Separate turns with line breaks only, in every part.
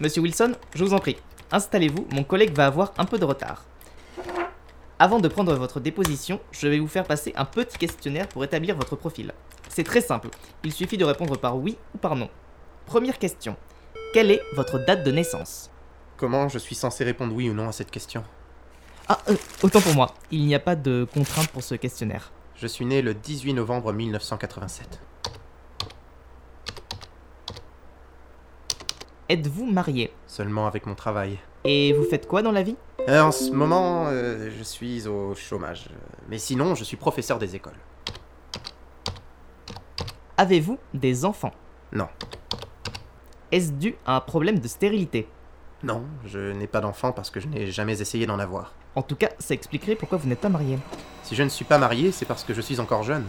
Monsieur Wilson, je vous en prie, installez-vous, mon collègue va avoir un peu de retard. Avant de prendre votre déposition, je vais vous faire passer un petit questionnaire pour établir votre profil. C'est très simple, il suffit de répondre par oui ou par non. Première question, quelle est votre date de naissance
Comment je suis censé répondre oui ou non à cette question
Ah, euh, autant pour moi, il n'y a pas de contrainte pour ce questionnaire.
Je suis né le 18 novembre 1987.
Êtes-vous marié
Seulement avec mon travail.
Et vous faites quoi dans la vie
Euh, en ce moment, euh, je suis au chômage. Mais sinon, je suis professeur des écoles.
Avez-vous des enfants
Non.
Est-ce dû à un problème de stérilité
Non, je n'ai pas d'enfant parce que je n'ai jamais essayé d'en avoir.
En tout cas, ça expliquerait pourquoi vous n'êtes pas marié.
Si je ne suis pas marié, c'est parce que je suis encore jeune.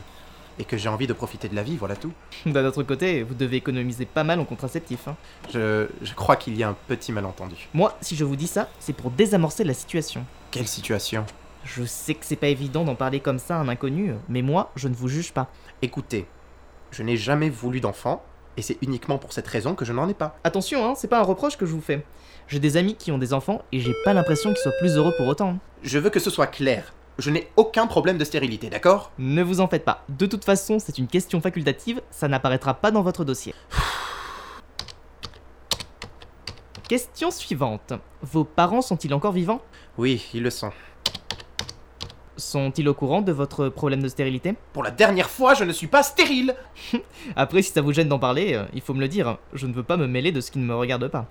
Et que j'ai envie de profiter de la vie, voilà tout.
Bah, D'un autre côté, vous devez économiser pas mal en contraceptif. hein.
Je, je crois qu'il y a un petit malentendu.
Moi, si je vous dis ça, c'est pour désamorcer la situation.
Quelle situation
Je sais que c'est pas évident d'en parler comme ça à un inconnu, mais moi, je ne vous juge pas.
Écoutez, je n'ai jamais voulu d'enfant, et c'est uniquement pour cette raison que je n'en ai pas.
Attention, hein, c'est pas un reproche que je vous fais. J'ai des amis qui ont des enfants et j'ai pas l'impression qu'ils soient plus heureux pour autant. hein.
Je veux que ce soit clair. Je n'ai aucun problème de stérilité, d'accord
Ne vous en faites pas. De toute façon, c'est une question facultative, ça n'apparaîtra pas dans votre dossier. Question suivante. Vos parents sont-ils encore vivants
Oui, ils le sont.
Sont-ils au courant de votre problème de stérilité
Pour la dernière fois, je ne suis pas stérile
Après, si ça vous gêne d'en parler, euh, il faut me le dire. Je ne veux pas me mêler de ce qui ne me regarde pas.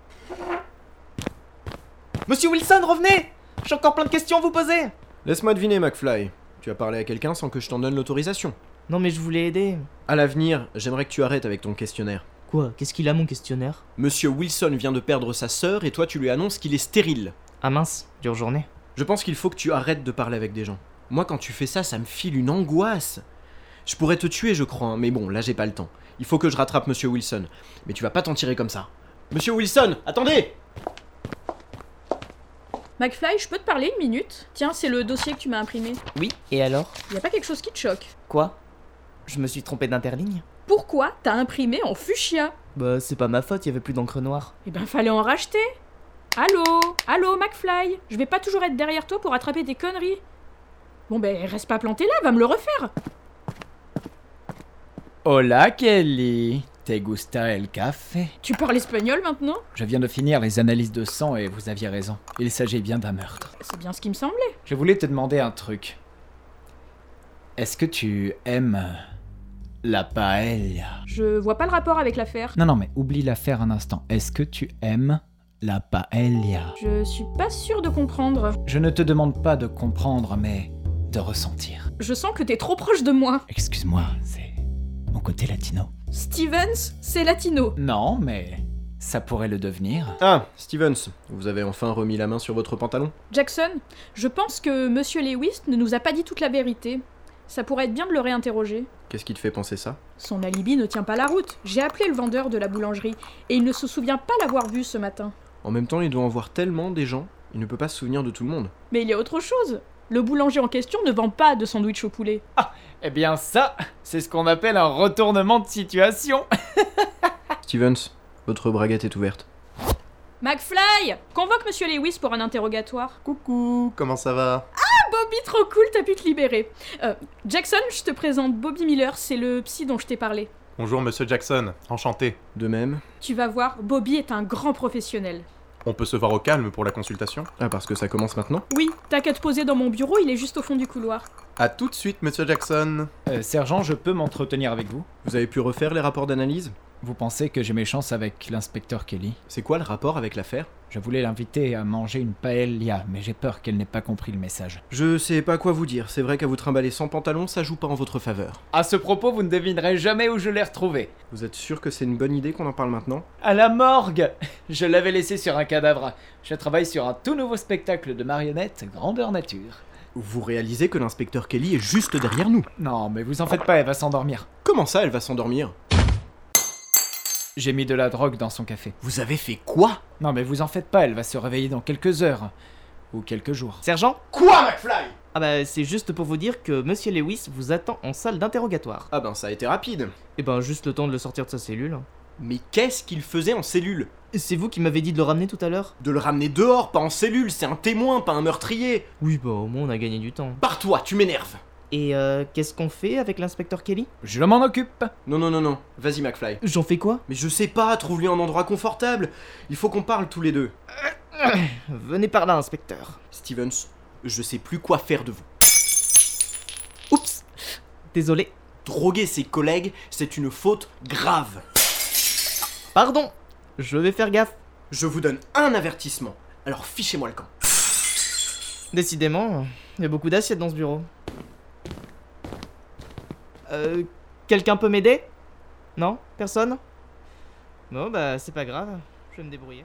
Monsieur Wilson, revenez J'ai encore plein de questions à vous poser
Laisse-moi deviner, McFly. Tu as parlé à quelqu'un sans que je t'en donne l'autorisation.
Non mais je voulais aider.
À l'avenir, j'aimerais que tu arrêtes avec ton questionnaire.
Quoi Qu'est-ce qu'il a mon questionnaire
Monsieur Wilson vient de perdre sa sœur et toi tu lui annonces qu'il est stérile.
Ah mince, dure journée.
Je pense qu'il faut que tu arrêtes de parler avec des gens. Moi, quand tu fais ça, ça me file une angoisse. Je pourrais te tuer, je crois, hein, mais bon, là j'ai pas le temps. Il faut que je rattrape Monsieur Wilson. Mais tu vas pas t'en tirer comme ça. Monsieur Wilson, attendez
McFly, je peux te parler une minute Tiens, c'est le dossier que tu m'as imprimé.
Oui, et alors
Y a pas quelque chose qui te choque
Quoi Je me suis trompé d'interligne
Pourquoi t'as imprimé en fuchsia
Bah c'est pas ma faute, il y avait plus d'encre noire.
Eh ben, fallait en racheter Allô Allô, McFly Je vais pas toujours être derrière toi pour attraper tes conneries Bon ben, reste pas planté là, va me le refaire
Hola Kelly, te gusta el café
Tu parles espagnol maintenant
Je viens de finir les analyses de sang et vous aviez raison. Il s'agit bien d'un meurtre.
C'est bien ce qui me semblait.
Je voulais te demander un truc. Est-ce que tu aimes la paella
Je vois pas le rapport avec l'affaire.
Non, non, mais oublie l'affaire un instant. Est-ce que tu aimes la paella
Je suis pas sûre de comprendre.
Je ne te demande pas de comprendre, mais de ressentir.
Je sens que t'es trop proche de moi.
Excuse-moi, c'est mon côté latino.
Stevens, c'est latino.
Non, mais ça pourrait le devenir.
Ah, Stevens, vous avez enfin remis la main sur votre pantalon
Jackson, je pense que Monsieur Lewis ne nous a pas dit toute la vérité. Ça pourrait être bien de le réinterroger.
Qu'est-ce qui te fait penser ça
Son alibi ne tient pas la route. J'ai appelé le vendeur de la boulangerie et il ne se souvient pas l'avoir vu ce matin.
En même temps, il doit en voir tellement des gens, il ne peut pas se souvenir de tout le monde.
Mais il y a autre chose. Le boulanger en question ne vend pas de sandwich au poulet.
Eh bien ça, c'est ce qu'on appelle un retournement de situation.
Stevens, votre braguette est ouverte.
McFly Convoque Monsieur Lewis pour un interrogatoire.
Coucou, comment ça va
Bobby, trop cool, t'as pu te libérer. Euh, Jackson, je te présente Bobby Miller, c'est le psy dont je t'ai parlé.
Bonjour, monsieur Jackson, enchanté.
De même.
Tu vas voir, Bobby est un grand professionnel.
On peut se voir au calme pour la consultation
Ah, parce que ça commence maintenant
Oui, t'as qu'à te poser dans mon bureau, il est juste au fond du couloir.
À tout de suite, monsieur Jackson.
Euh, sergent, je peux m'entretenir avec vous
Vous avez pu refaire les rapports d'analyse
Vous pensez que j'ai mes chances avec l'inspecteur Kelly
C'est quoi le rapport avec l'affaire
Je voulais l'inviter à manger une paella, mais j'ai peur qu'elle n'ait pas compris le message.
Je sais pas quoi vous dire, c'est vrai qu'à vous trimballer sans pantalon, ça joue pas en votre faveur.
À ce propos, vous ne devinerez jamais où je l'ai retrouvée.
Vous êtes sûr que c'est une bonne idée qu'on en parle maintenant
À la morgue Je l'avais laissée sur un cadavre. Je travaille sur un tout nouveau spectacle de marionnettes grandeur nature.
Vous réalisez que l'inspecteur Kelly est juste derrière nous.
Non, mais vous en faites pas, elle va s'endormir.
Comment ça, elle va s'endormir
J'ai mis de la drogue dans son café.
Vous avez fait quoi
Non, mais vous en faites pas, elle va se réveiller dans quelques heures. Ou quelques jours.
Sergent
Quoi, McFly
Ah bah c'est juste pour vous dire que Monsieur Lewis vous attend en salle d'interrogatoire.
Ah ben ça a été rapide.
Eh ben juste le temps de le sortir de sa cellule.
Mais qu'est-ce qu'il faisait en cellule
C'est vous qui m'avez dit de le ramener tout à l'heure
De le ramener dehors, pas en cellule, c'est un témoin, pas un meurtrier
Oui, bah au moins on a gagné du temps.
Par toi, tu m'énerves
Et euh, qu'est-ce qu'on fait avec l'inspecteur Kelly
Je m'en occupe.
Non, non, non, non, vas-y McFly.
J'en fais quoi
Mais je sais pas, trouve-lui un endroit confortable. Il faut qu'on parle tous les deux.
Venez par là, inspecteur.
Stevens, je sais plus quoi faire de vous.
Oups Désolé.
Droguer ses collègues, c'est une faute grave.
Pardon Je vais faire gaffe.
Je vous donne un avertissement, alors fichez-moi le camp.
Décidément, il y a beaucoup d'assiettes dans ce bureau. Euh, quelqu'un peut m'aider Non Personne Bon, bah c'est pas grave, je vais me débrouiller.